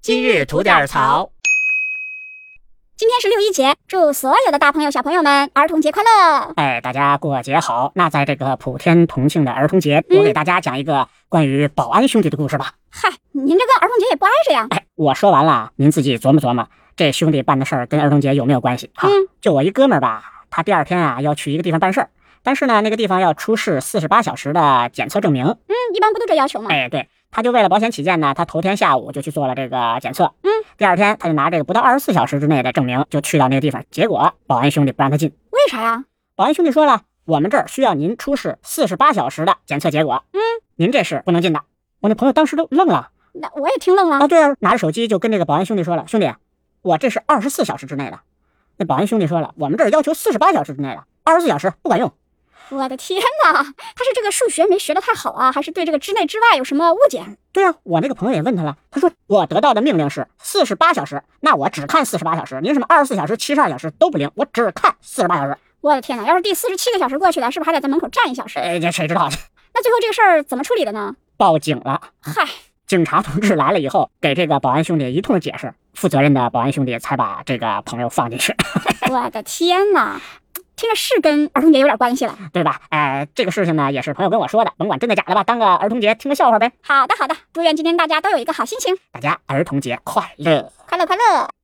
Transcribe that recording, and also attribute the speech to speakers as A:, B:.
A: 今日吐点槽。
B: 今天是六一节，祝所有的大朋友、小朋友们儿童节快乐！
A: 哎，大家过节好！那在这个普天同庆的儿童节，
B: 嗯
A: 我给大家讲一个关于保安兄弟的故事吧。
B: 嗨，您这跟儿童节也不挨着呀？
A: 哎，我说完了，您自己琢磨琢磨，这兄弟办的事儿跟儿童节有没有关系？哈、
B: 嗯
A: 就我一哥们儿吧，他第二天啊要去一个地方办事儿，但是呢，那个地方要出示四十八小时的检测证明。
B: 嗯，一般不都这要求吗？
A: 哎，对，他就为了保险起见呢，他头天下午就去做了这个检测。
B: 嗯，
A: 第二天他就拿这个不到二十四小时之内的证明就去到那个地方，结果保安兄弟不让他进。
B: 为啥呀？
A: 保安兄弟说了，我们这儿需要您出示四十八小时的检测结果。嗯，您这是不能进的。我那朋友当时都愣了
B: 那我也听愣了
A: 啊，。对啊，拿着手机就跟这个保安兄弟说了，兄弟，啊我这是二十四小时之内的。那保安兄弟说了，我们这儿要求四十八小时之内的，二十四小时不管用。
B: 我的天哪，他是这个数学没学得太好啊，还是对这个之内之外有什么误解？
A: 对啊，我那个朋友也问他了，他说我得到的命令是四十八小时，那我只看四十八小时，您什么二十四小时、七十二小时都不灵，我只看四十八小时。
B: 我的天哪，要是第四十七个小时过去了，是不是还得在门口站一小时？
A: 哎，这谁知道？
B: 那最后这个事儿怎么处理的呢？
A: 报警了。
B: 嗨，
A: 警察同志来了以后，给这个保安兄弟一通解释，负责任的保安兄弟才把这个朋友放进去，
B: 我的天哪，听着是跟儿童节有点关系了。
A: 对吧？ 呃，这个事情呢，也是朋友跟我说的，甭管真的假的吧，当个儿童节听个笑话呗。
B: 好的，好的，祝愿今天大家都有一个好心情，
A: 大家儿童节快乐！
B: 快乐快乐。